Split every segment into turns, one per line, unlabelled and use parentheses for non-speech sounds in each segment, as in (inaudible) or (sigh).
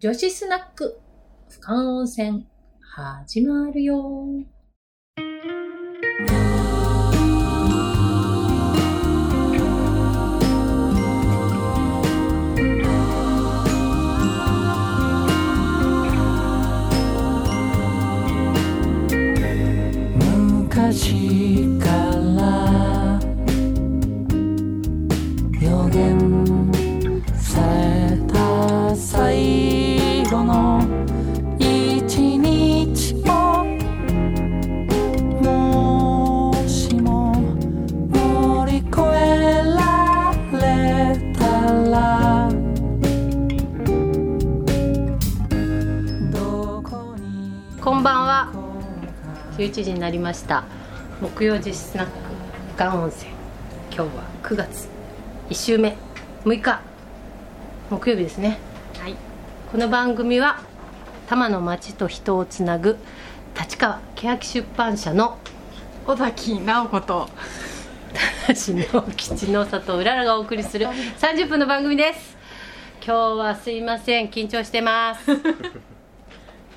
女子スナック、不感温泉、始まるよ。
昔から予言された最後の一日をもしも乗り越えられたらどこに
こんばんは。
行こうか
11時になりました。木曜女子スナック、不感温泉。今日は9月1週目、6日、木曜日ですね。はい。この番組は、多摩の街と人をつなぐ、立川欅出版社の
尾崎直子と
橋の吉の里うららがお送りする30分の番組です今日はすいません緊張してます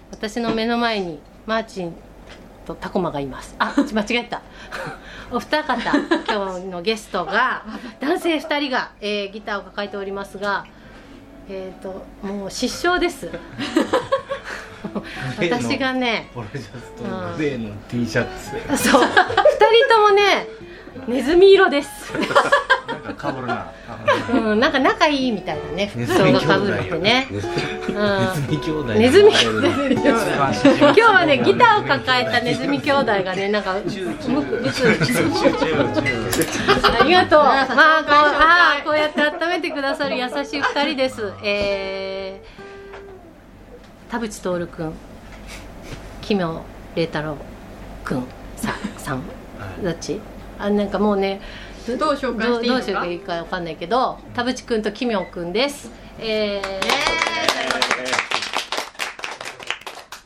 私の目の前にマーチンとタコマがいますあ間違えたお二方今日のゲストが男性二人が、えーギターを抱えておりますがえっ、ともう失笑です私がね
ポロシャツとグレーの T シャツ
そう二人ともねネズミ色です
なんかかぶるな
うん、なんか仲いいみたいなね服装がかぶってね、
ネズ
うん、
ミ兄弟
ネズミ
一番知ってます
今日はねギターを抱えたネズミ兄弟がねなんかむむつありがとうまあこうあーこうやって温めてくださる優しい二人ですえー、田淵徹君奇妙麗太郎君ささんどっちあなんかもうねど
どう紹介していいのか
どうどう紹介いいかわかんないけど田淵君と奇妙君ですえー、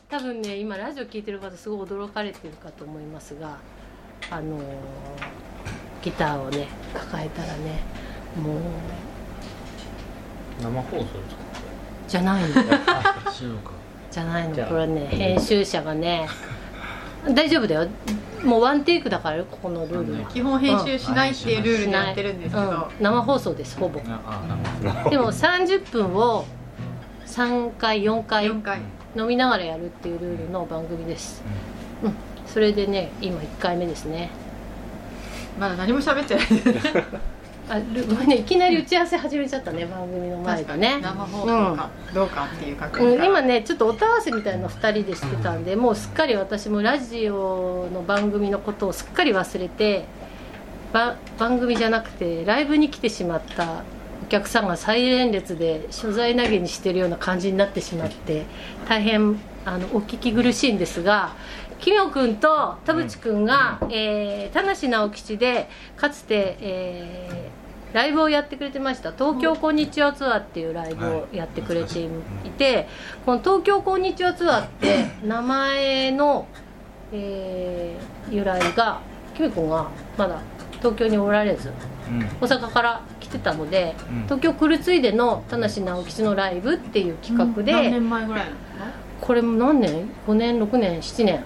多分ね今ラジオ聞いてる方すごい驚かれてるかと思いますがあのーギターをね抱えたらねもう
生放送です
じ
(laughs)
ゃないの
か知るのか
じゃない
じ
の
ゃあ
これはね編集者がね大丈夫だよもうワンテイクだからよここのルールは
基本編集しないっていうルールになってるんですけ
う
ど、
ん生放送ですほぼ
あ
(laughs)
あ
でも30分を3回4回
4回
飲みながらやるっていうルールの番組です、うんそれでね今1回目ですね
まだ何も喋ってないです
あルごめんねいきなり打ち合わせ始めちゃったね番組の前
確
で
か
ね
に生放送かどうかっていう確
う
認
ん、
が
今ねちょっとおたわせみたいな2人でしてたんでもうすっかり私もラジオの番組のことをすっかり忘れてば番組じゃなくてライブに来てしまったお客さんが最前列で所在投げにしてるような感じになってしまって大変あのお聞き苦しいんですがキミョ君と田淵君が、えー田無直吉でかつて、えーライブをやってくれてました「東京こんにちはツアー」っていうライブをやってくれていてこの「東京こんにちはツアー」って名前の、えー由来がキミョ君がまだ東京におられず
うんうん
大阪から来てたので
うん
東京来るついでの田無直吉のライブっていう企画で、
何年前ぐらいなのかな
これも何年5年6年7年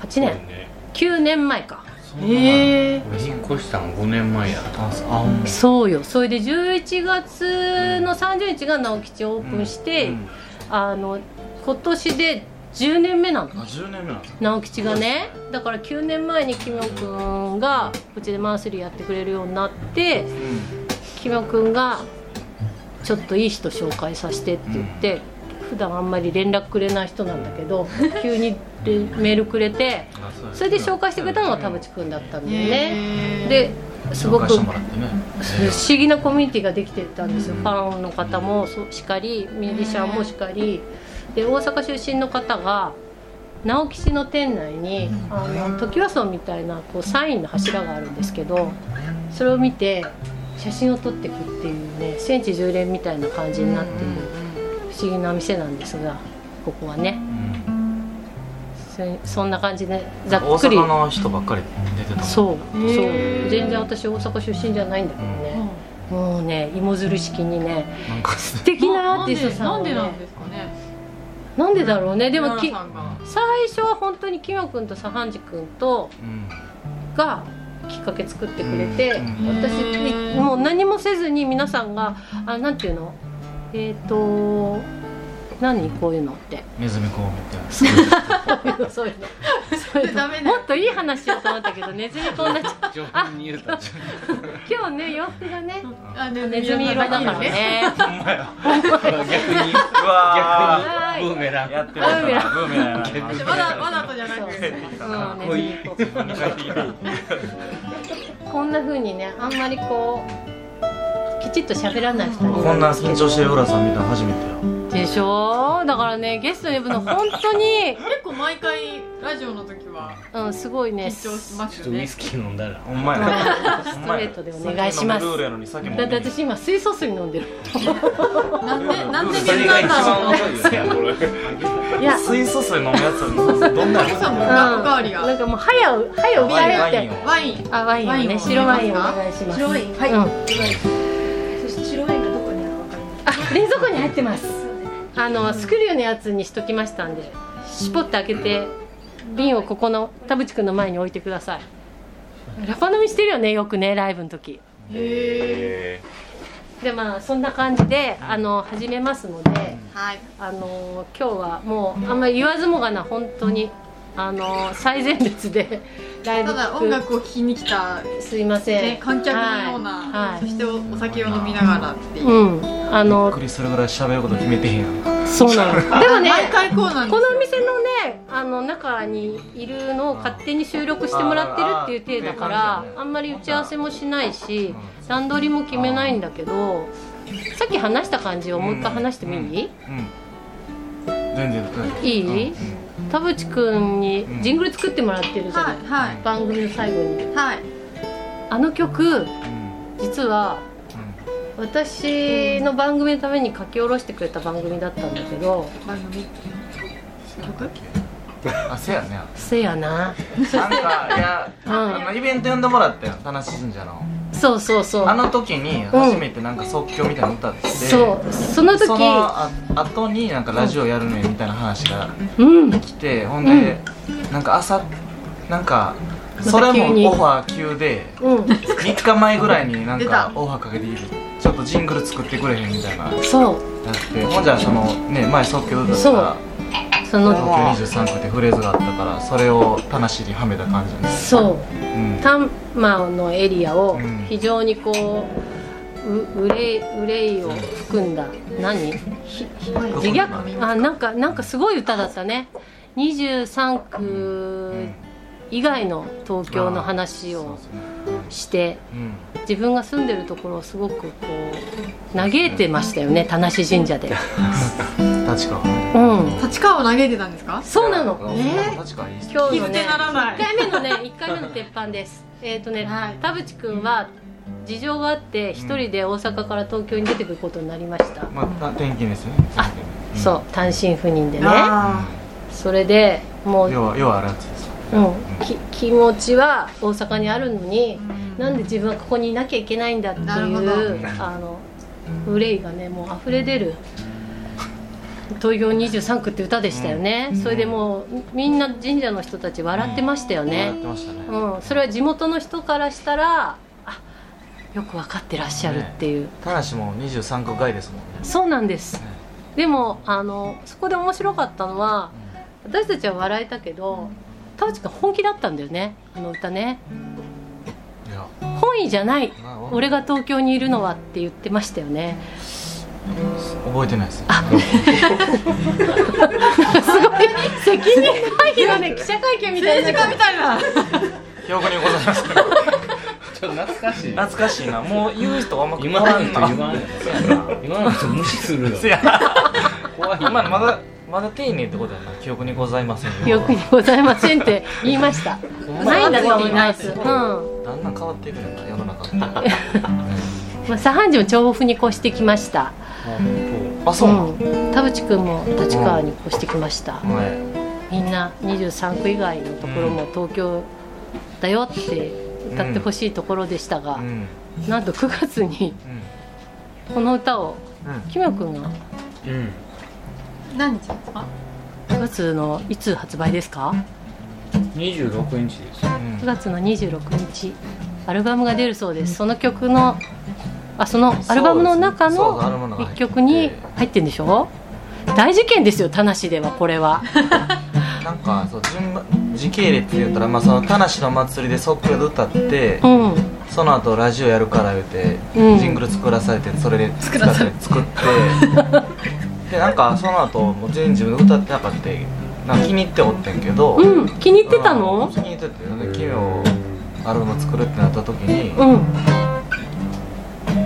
8年
そうね
9年前か
えー
俺引っ越したの5年前や
ああうん
そうよそれで11月の30日が直吉オープンして、
うん
あの今年で10年目なの
あ10年目なんですか
直吉がねだから9年前にキム君がうちでマンスリーやってくれるようになってキム君が「ちょっといい人紹介させて」って言って、普段あんまり連絡くれない人なんだけど急にでメールくれて
あうや
それで紹介してくれたのが田淵君だったんだよね。
えー
ですご
紹
く
介してもらってね
不思議なコミュニティができてたんですよ、
うん
ファンの方もそうしかりミュージシャンもしかりで大阪出身の方が直木市の店内にあのトキワ荘みたいなこうサインの柱があるんですけどそれを見て写真を撮っていくっていうね戦地重連みたいな感じになっている不思議な店なんですがここはね
うん
そそんな感じでざ
大
っくり
阪の人ばっかり出てたもん
そうそう
へー
全然私大阪出身じゃないんだけどねもうね芋づる式にね
なんか
素敵なアーティストさん
な
を
ん
ね
でなんでなんですかね
なんでだろうねでもき
奈良さんが
最初は本当にキヨ君とサハンジ君と
うん
がきっかけ作ってくれて、
うん
私
うん
もう何もせずに皆さんがあなんていうのえっ、と何こういうのって
ネズミ講みたいな
そういうのそういう
ダ
の
メだよ
もっといい話しようと思ったけどネズミと同じ
上品に言うたじ
今日ね洋服がね
あネ
ネズミ色だからね
ゃんほんまや逆にうわーブーメラン
やってます
ブーメラ
ブーメランやってま
逆
す
に
わざわざとじゃなくて
うん
かっこいい
ネズミとこんな風にねあんまりこうきちっと喋らない二人
こんな緊張してるオラさん見たの初めてよ
でしょだからねゲスト呼ぶの本当 (laughs) に、
結構毎回ラジオの時は
うん、すごい
緊
ね
張しま
ちょっ
す
と
よ
ウイ
ね
スキー飲んだら
ほんまや
ス
ス
トレートでお願いします
ルールやのに酒も
だって私今水素水飲んでる
なんでなんで
それ
水な
が一
んだ
番
ろう
多いよねこれ
いや
水素水飲むやつはどんなやつ
そうもうお
うん
かおかわりが
なんかもう早う早う
ワ
帰れ
イン
って
を
ワイン
あワインをね白ワインをお願いします
白ワインはい、
うん
そして白ワインがどこにあるのか
あ冷蔵庫に入ってますあのスクリューのやつにしときましたんでしぽって開けて瓶をここの田淵君の前に置いてくださいラパ飲みしてるよねよくねライブの時
へえ
でまあそんな感じであの始めますので
はい
あの今日はもうあんまり言わずもがな本当にあの最前列でライブ
ただ音楽を聴きに来た
すいませ
ね
ん
観客のような
はい
そ
はい
しておお酒を飲みながらっていう
うんあ
びっ
の
くりするぐらい喋ること決めてへんやん
そうなのでもね
毎回こうなんで
こ
すよ
のお店のねあの中にいるのを勝手に収録してもらってるっていう体だからあんまり打ち合わせもしないし段取りも決めないんだけどさっき話した感じをもう一回話してみいい、
うん全然大丈夫
いい田淵くんにジングル作ってもらってるじゃない、
はい
番組の最後
は
に
いはい
あの曲
うん
実は
うん
私の番組のために書き下ろしてくれた番組だったんだけど
番組曲
あせやね
せやな
なんかいや
うん
あのイベント呼んでもらったよ田無神社の
そうそうそう
あの時に初めてなんか即興みたいなの歌って
そうその時
そのあ後になんかラジオやるねみたいな話が
うん
来てほんでなんか朝なんか
急に
それもオファー急で
うん
3日前ぐらいになん
出
か
た
オファーかけてきてちょっとジングル作ってくれへんみたいななっ
そう
てほんじゃそのね前即興だったから
そ
「
の
東京23区」ってフレーズがあったからそれを田無にはめた感じです
そう
うん
タンマのエリアを
うん
非常にこうう憂い憂いを含んだ何ひひ自虐あなんかなんかすごい歌だったね23区以外の東京の話
そう
を
そう
して
うん
自分が住んでるところをすごくこう嘆いてましたよね田無神社で
立川ね
うん
立川を嘆いてたんですか
そうなの
え立川いいっす
今日
気づ
の
け
ね
ならな
1
い
回目
(laughs)
のね1回目の鉄板ですえっ、とね、
はい
田淵君は事情があって一人で大阪から東京に出てくることになりました、
また転勤ですね
あ
うん
そう単身赴任でね
あ
それでもう、うん
要は要はあるやつです
き気持ちは大阪にあるのに
ー
なんで自分はここにいなきゃいけないんだってい
なるほど
うあの憂いがねもう溢れ出る「東京23区」って歌でしたよね、それでもうみんな神社の人たち笑ってましたよね、
やってましたね
うん、それは地元の人からしたらあよく分かってらっしゃるっていう、
田無も23区外ですもんね
そうなんです、
ね
でもあのそこで面白かったのは私たちは笑えたけど田淵君本気だったんだよねあの歌ね
いや
本意じゃない
まあ
俺が東京にいるのはって言ってましたよね (laughs)
覚えてないですね
すごい責任回避の (laughs) ね記者会見みたいになっ
政治家み
ちゃう
たいな
記憶にございます
ちょっと懐かしい
懐かしいなもう言う人あんま
(laughs) 今のと言わんよ今のと無視するよ
せや
怖い
今のまだまだ丁寧ってことやな記憶にございませんよ
記憶にございませんって言いま (laughs) したないんだって言いますうん
だんだん変わっていくねんな世の中って
まあ左半次も調布に越してきました
あそうなの、
うん、田淵君も立川に越してきました、
はい
みんな23区以外のところも東京だよって歌ってほしいところでしたが、
うんうん
なんと9月にこの歌をキム君が
うん
何日ですか
9月のいつ発売ですか
26インチです
9月の26日アルバムが出るそうですその曲のあそのアルバムの中
そうですねそうアルバムの
の
中に
一曲に入ってんでしょ大事件ですよ田無ではこれは
なんかそう順番時系列で言ったら、まあ、その田無の祭りで即興で歌って、
うん
その後ラジオやるから言うて、
うん
ジングル作らされてそれで
作らされ
作ってでなんかその後もう全然自分で歌ってなかったなんか気に入っておってんけど、
うん気に入ってた
うん
の
気に入っててで奇妙アルバム作るってなった時に、
うん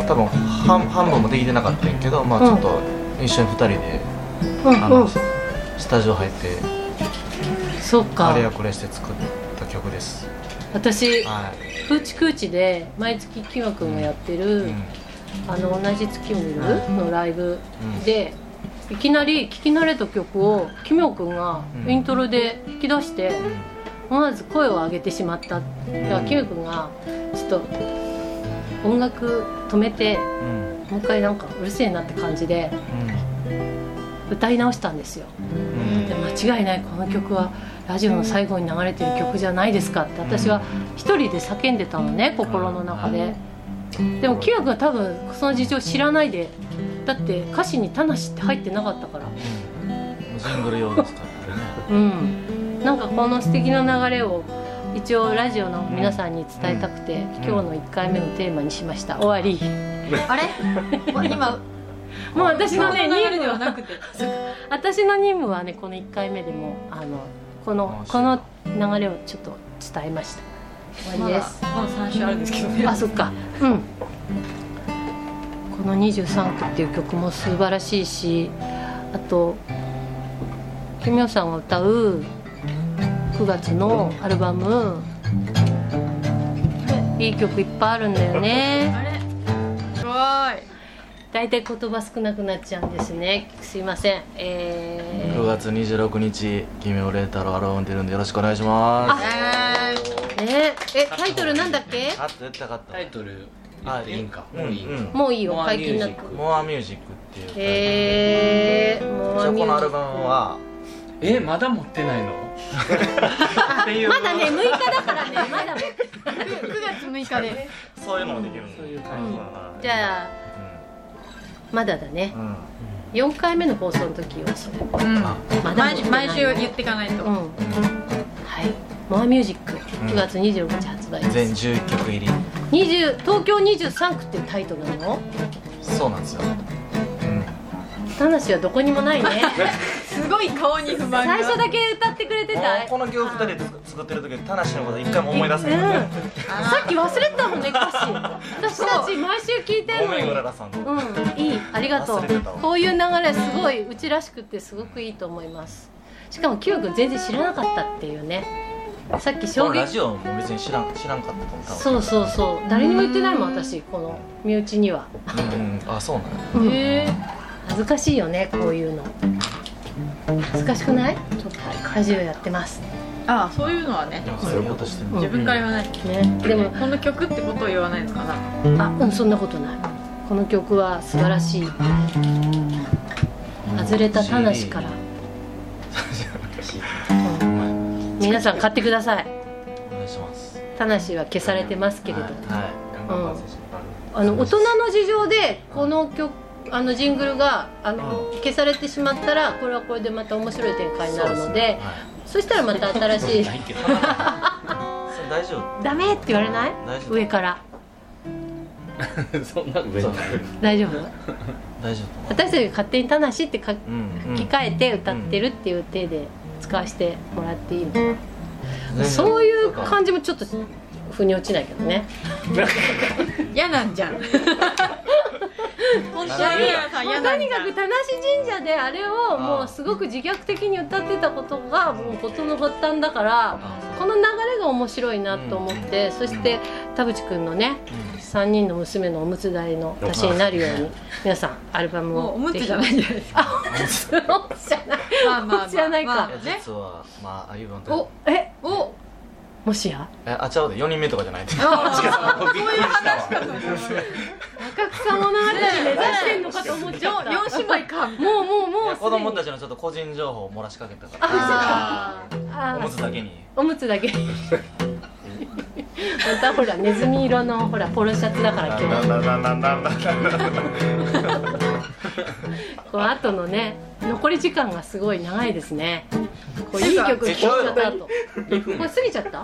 多分半半分もできてなかったんやけどまあ
うん
ちょっと一緒に2人で、
う
あ
んう
の
ん
スタジオ入って
そう
あ
か
れやこれして作った曲です
私
は
空地空地で毎月キワ君がやって
い、
る、
うん
あの同じ月を見るのライブ
うん
で、いきなり聴き慣れた曲を奇妙くんが
うん
イントロで引き出して、思わず声を上げてしまっただから奇妙くんがちょっと音楽止めて
うん
もう一回なんかうるせえなって感じで歌い直したんですよ
うん
で間違いないこの曲はラジオの最後に流れてる曲じゃないですかって私は一人で叫んでたのね心の中で、でも清くは多分その事情知らないでだって歌詞に「たなし」って入ってなかったから
うんジングル用ですからね
うんなんかこの素敵な流れを一応ラジオの皆さんに伝えたくて、今日の1回目のテーマにしました終わり
あれ今
もう私の
流
ね任
れ
務
では
は
なくて
私の任務はねこの1回目でもあのこのこの流れをちょっと伝えました終
ま
わりで
だ
す
まだ3週あるんですけどね
あそっかうんこの「23区」っていう曲も素晴らしいしあとキミョンさんが歌う9月のアルバムいい曲いっぱいあるんだよね
あれすごーい
大体言葉少なくなっちゃうんですねすいませんえ
9
ー
月26日「君をレータロアルバム出るんでよろしくお願いします
えー
ねえタイトルなんだっけ
あっ言ったかった
タイトル
あ
いいんか
うん
もういいんか
うん
もういいよ
モア
解
ミ
禁
ュ
にな
ージ
っ
ッ
て
ク
モアミュージックっていう
へえー、もう
一応このア
ア
ル
ルバ
バ
ム
ムは
えまだ持ってないのっていう
まだね6日だからねま (laughs) だ
9月6日で
そういうのもできるんだ
そういう感じ
じゃあまだだね
うんうん
4回目の放送の時はそれ
うん
あ
まだ
毎毎週言っていかないと、
うんはいモアミュージック9月26日発売で
全
す、
11曲入り
20東京23区っていうタイトルなの
そうなんですようん
田無はどこにもないね
すごい顔に不満が
(laughs) 最初だけ歌ってくれてた
この曲2人で作ってる時に田無のこと一回も思い出せない
うんさっき忘れてたもんね
(laughs)
歌詞私たち毎週聞いて
ご
んの
めんうら
に
らさん
うんいいありがとう
忘れてたわ
こういう流れすごいうちらしくってすごくいいと思いますしかもキヨ君全然知らなかったっていうねさっき
こ
衝
のラ
撃
ジオも別に知らん知らんかったと思う多分
そうそうそう誰にも言ってないもん私この身内には
うんうんあそうなんや
へえ恥ずかしいよねこういうの恥ずかしくないちょっとラジオやってます
ああそういうのはね
でもそういうことしてる
ん
自分から言わない、
ねでも
この曲ってことを言わないのかな
あうんそんなことないこの曲は素晴らしい外れたたなし
(laughs)
から、うん皆さん買ってください
お願いします
たなしは消されてますけれど、
はいはい
あの大人の事情でこの曲あのジングルがあの消されてしまったらこれはこれでまた面白い展開になるのでそしたらまた新
(laughs)
しい
ないけど
それ大丈夫
「ダメ!」って言われない
大丈夫
上から
そんな上
そう
大丈夫
大丈夫
私たちが勝手に「たなし」って書き
うんうん
吹き替えて歌ってるっていう手で使わせてもらっていいの、
全然
そういう
そうか
感じもちょっと腑に落ちないけどね
嫌なんじゃん本当に皆さん
も
嫌
う
な
と
ん
に
じゃ
か
ん
く田無神社であれをもうすごく自虐的に歌ってたことがもう事の発端だから
あ
この流れが面白いなと思って、そして田淵君のね3人の娘のおむつ代の足しになるように皆さんアルバム
も
を
うおむつじゃないいじゃないですか
あおむつおむつじゃない
まあまあまあ
知らないか
まあ
そういや
ね
実はまああゆばん
おえ
お
もしや
えあちゃうで4人目とかじゃないで
そういう話だと思
赤草物語目指してんのかと思っちゃった
四姉妹かみたい
もうもうもうすでに
子供たちのちょっと個人情報を漏らしかけたから
あ
あー
おむつだけに
おむつ (laughs) だけ本当はほらネズミ色のほらポロシャツだから今
な
日
んだなんだなんだなんだ
この後のね残り時間がすごい長いですねこういい曲聴いちゃった後これ過ぎちゃった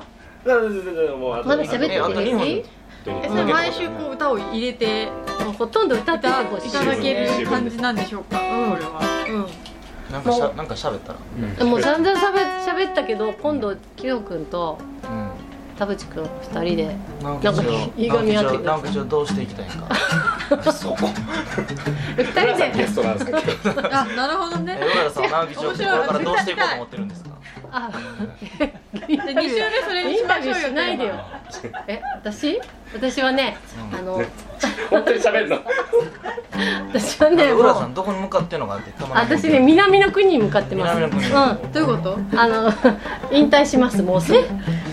もうあと
まだ喋って
えあと二分
え
なえそれ毎週こう歌を入れて
もうほとんど歌
い
って
た
て
い
ほしい
ただける感じなんでしょうかこれは
なんかし
も
ゃ
う
なんか喋ったら
うんもう散々しゃべ喋ったけど今度キヨ君と
う
田淵君二人で
ん直
なんか
吉を
いがみ合ってくだ
直
さい
吉をどうしていきたいんか
そこ
二人
ゲ
で
ストなんですか
あなるほど
え
ね
上原さんは直吉をこ
面
れ
白い
からどうしていこうと思ってるんですか
あ (laughs)
じゃあ二週目それに
イ
し
ンタ
ま
ビ
し
ュ
ょ
ー
うよ
しないでよえ私私はねあの
本当に喋るの
(laughs) 私はね
上
もう
原さんどこに向かってんのかってたまに
私ね南の国に向かってます
南の国
うんあ
どういうこと
の引退しますもうすぐ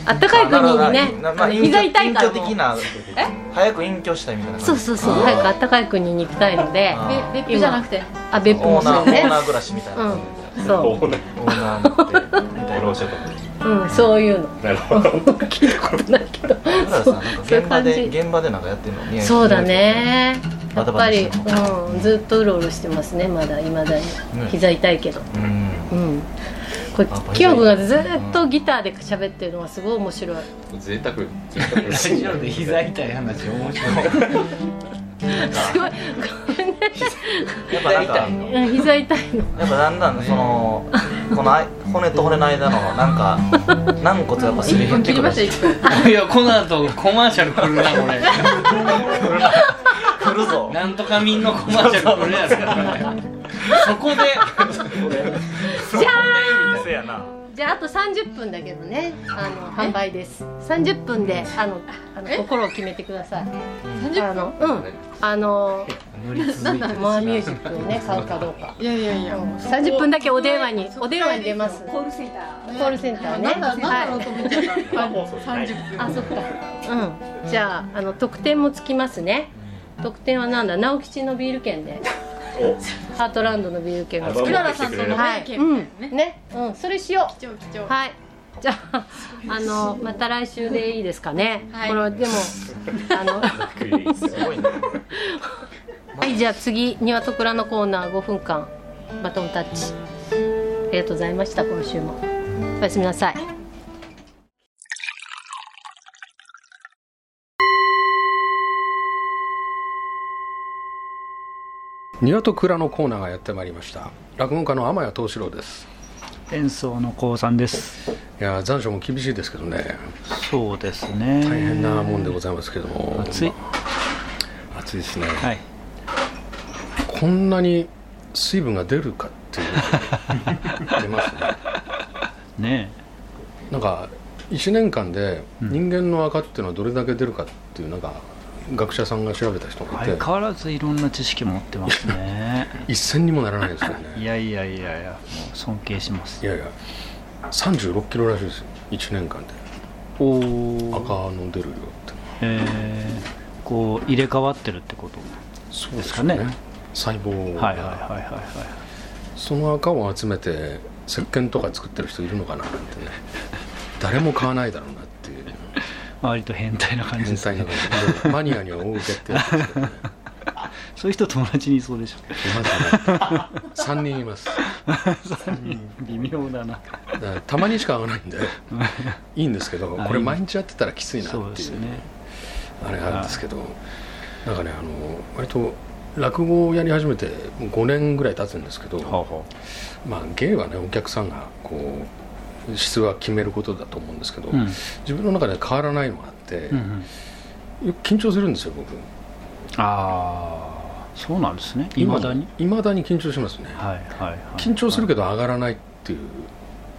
あったかい国にね
ななな
あの膝痛いから
隠居
も
的
う
な早く隠居したいみたいな
そ
感
う
じ
そうそう
あー
早くあったかい国に行きたいので
あ
べ別府じゃなくて
あ別府
オ
も
ー
そ
ナー
う
オ
ね
ーナー暮らしみたいな感
うんそう
こね
じ (laughs) でオーナーになってみたいな
俺教えた
う、うん、そういうの
なるほど
(laughs) 聞いたことないけど
上原さんなんか
そういう
現場
感じ
で現場でなんかやってるの見えない
そうだねや
バタ
っ
バ
ぱ
タし
り、
てるの
うん、ずっとうろうろしてますねまだいまだに
ね
膝痛いけど、
うん
うんこれ
あ膝痛い
キヨ君がずっとギターで喋ってるのがすごい面白い
贅沢
ラジオで膝痛い話面白い
すごいごめんね
やっぱなんか
うん膝痛いの
やっぱだんだんそのこのあい骨と骨の間のな
(laughs)
んか軟骨がやっぱすり
一
減っ
分切
て
り
く
ま
る
した
し
一分
いやこの後コマーシャル来るなこれ
来る
(laughs)
ぞ
なんとかみんのコマーシャル来るやつからねそこで
じゃあ
せやな
じゃああと30分だけどねあの販売です30分であのあの
え
心を決めてください
三十
あのうんあの
乗り続いて
モアミュージックをね買うかどうか
いやいやいやもう
30分だけお電話にお電話に出ます
コールセンター
コールセンターね
なんだなんだろうと思っちゃった三十分
あそっかうんじゃああの特典もつきますね特典はなんだ直吉のビール券でハートランドのビール券がつ
あ
く
福
まあ
原さんとの
は
名
い、
言
うん
みたいなね
ね、うん、それしよう
貴重貴重
はい。じゃあ、あの、また来週でいいですかね。
はい
これでも、あの、は
すごいね
い、じゃあ、次、にわとくらのコーナー5分間。バトンタッチ。ありがとうございました、今週も。おやすみなさい。
庭と蔵のコーナーがやってまいりました落語家の天谷藤四郎です
演奏の高さんです
いやー残暑も厳しいですけどね
そうですね
大変なもんでございますけども
暑い
まあ暑いですね、
はい
こんなに水分が出るかって
(laughs)
いう出ますね
ね
なんか1年間で
うん
人間の赤っていうのはどれだけ出るかっていうなんか学者さんが調べた人
え
がいて、
相変わらずいろんな知識持ってます
(laughs)
ね
一銭にもならないですよ
い (laughs)
ね
やいやいやいやもう尊敬します
いやいや36キロらしいですよ1年間で
おお
赤の出る量って
えー、こう入れ替わってるってこと
そう
ですかね
細胞が、
はいはいはいはいはい
その赤を集めて石鹸とか作ってる人いるのかななんてね誰も買わないだろうなっていう
割と変態な感じで
変
す
態
ね
な感じでマニアには大受けってやつですけどね
そういう人友達にいそうでしょ
3人います
微妙だな
だからたまにしか会わないんでいいんですけど
あ
これ毎日やってたらきついなってい
そう
う
ですね
あれあるんですけどなんかねあの割と落語をやり始めてもう5年ぐらい経つんですけど、
はあは
まあ、芸はねお客さんがこう質は決めることだと思うんですけど、
あうん
自分の中で変わらないのがあって、
うんうん
よく緊張するんですよ僕
ああそうなんですねいまだに
いまだに緊張しますね
はいはいはい
緊張するけど上がらないっていう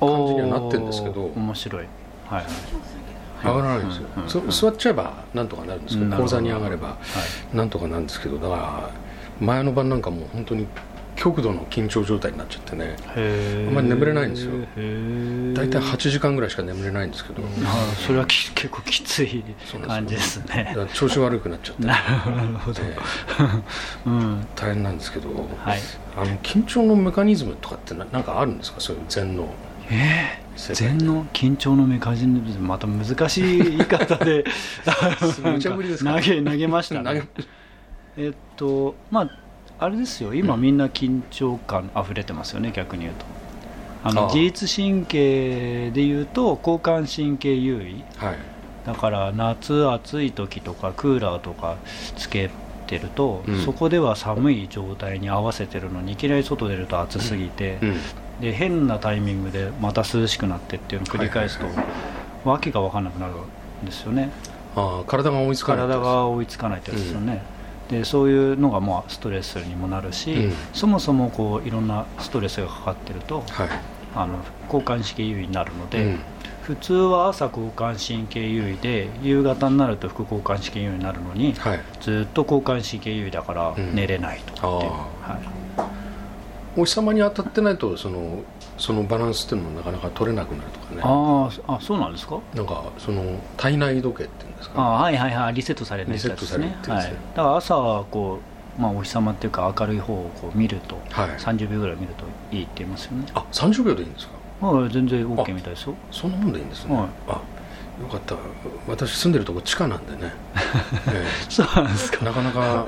感じにはなってるんですけど
おー面白いはいはい
上がらないんですよ、
うんうん
そ
うん
座っちゃえばなんとかなるんですけ
うん
ど
なる
講
ほど
座に上がればなんとかなるんですけどだから前の晩なんかもう本当に極度の緊張状態になっちゃってね
へー
あんまり眠れないんですよ
へー
大体8時間ぐらいしか眠れないんですけど
あーそれはき結構きつい
そうな
感
ん
じ
で
ですす
よだ (laughs)
ね
から調子悪くなっちゃって
なるほど
え
うん
え大変なんですけど、
はい
あの緊張のメカニズムとかってななんかあるんですかそういう全能
えー、全能緊張のメカジンでまた難しい言い方で
(laughs) 無茶ぶりですか
なんか投げ投げまし
投
た
げ
ねえっとまああれですよ今みんな緊張感あふれてますよね逆に言うとあの
ああ
自律神経で言うと交感神経優位
はい
だから夏暑い時とかクーラーとかつけてると、
うん
そこでは寒い状態に合わせてるのにいきなり外出ると暑すぎて、
うん
で変なタイミングでまた涼しくなってっていうのを繰り返すと、
はい
わけが分からなくなるんですよね
ああ体が追いつかない
体が追いつかないってやつですよね、でそういうのがまあストレスにもなるし、
うん
そもそもこういろんなストレスがかかってると
はい
あの交感神経優位になるので、
うん
普通は朝交感神経優位で夕方になると副交感神経優位になるのに
はい
ずっと交感神経優位だから
うん
寝れないとかっていう、
あ
はい
あお日様に当たってないとそのそのバランスっていうのもなかなか取れなくなるとかね
あーあそうなんですか
なんかその体内時計っていうんです
あ
か
あはいはいはいリセットされてるやつです
リ
ね
セットされ
は
てるやつ
い
ね、
だから朝はこう、まあ、お日様っていうか明るい方をこう見ると
はい
30秒ぐらい見るといいって言いますよね
あ三30秒でいいんですか
はい全然 OK みたいですよ
そんなもんでいいんですね、
はい
あよかった私住んでるとこ地下なんで
(laughs)
ね、え
そうなんですか
えなかなか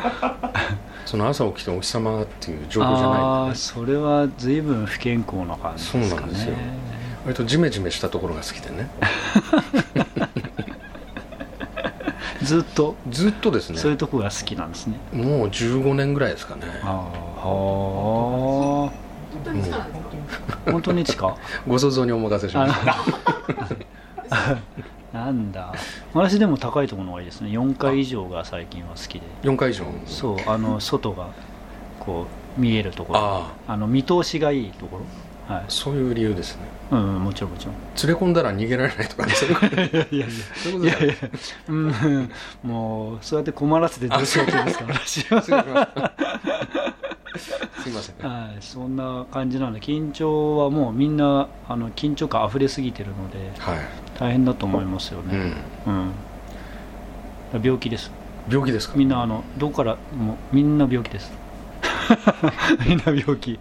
その朝起きてお日様っていう状況じゃない
あ
ん
あ
で、ね、
それは随分不健康な感じです
そうな
か
んですよ
ね
割とジメジメしたところが好きでね
ずっと
ずっとです
そうい
ね
うとこが好きなんですね
もう15年ぐらいですかね
ああ
当にそうなんですか
本当に地下
ご想像にお任せし
あ
ま
な
す
んだ (laughs) なんだ私でも高いところの方がいいですね4階以上が最近は好きで
4回以上
そうあの外がこう見えるところあ
あ
の見通しがいいところは
あ
い
そういう理由ですね
うん、うん、もちろんもちろん
連れ込んだら逃げられないとかねそういう
(laughs)
こと
いやいやい
そういうこと
やい
じゃない
やいやうんもうそうやって困らせてどうしようとですから (laughs) 私は
失礼しました (laughs) すいません
はいそんな感じなので緊張はもうみんなあの緊張感溢れすぎてるので
はい、
大変だと思いますよ
う
ね
ん、
うん、病気です
病気ですか
みんなあのどこからもうみんな病気です (laughs) みんな病気、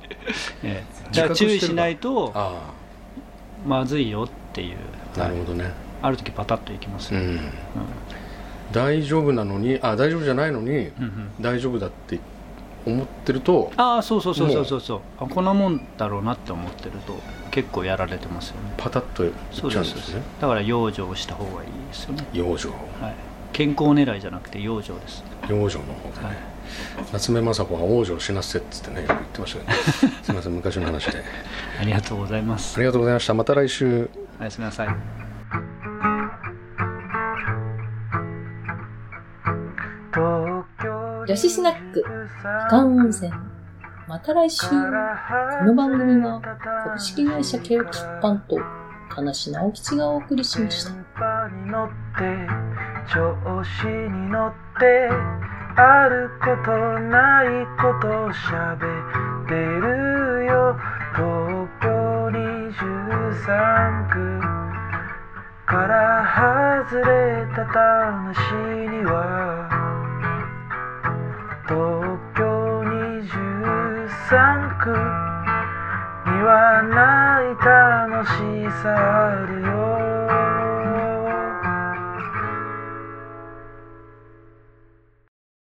ええ、だから注意しないと
あ
まずいよっていう、
あなるほどね、
ある時パタッといきます
う
よ、
ん、大丈夫なのにあ大丈夫じゃないのに
うんうん
大丈夫だって思ってると
ああそうそうそうそうそうそうあこんなもんだろうなって思ってると結構やられてますよね
パタッといっちゃ
そ
うん
う
で
ですす
ね
だから養生をした方がいいですよね、
養生
はい、健康狙いじゃなくて養生です
養生の方でね、夏目雅子は往生しなせっつってねよく言ってましたけ
(laughs)
ど、すみません昔の話で
ありがとうございま
あ
す
りがとうございましたまた来週
おやすみなさい
女子スナック、機関温泉。また来週。この番組は、株式会社ケオキッパンと、田無直吉がお送りしました。
パに乗って調子に乗ってあることないことを喋ってるよ東京23区から外れた話には東京23区にはない楽しさあるよ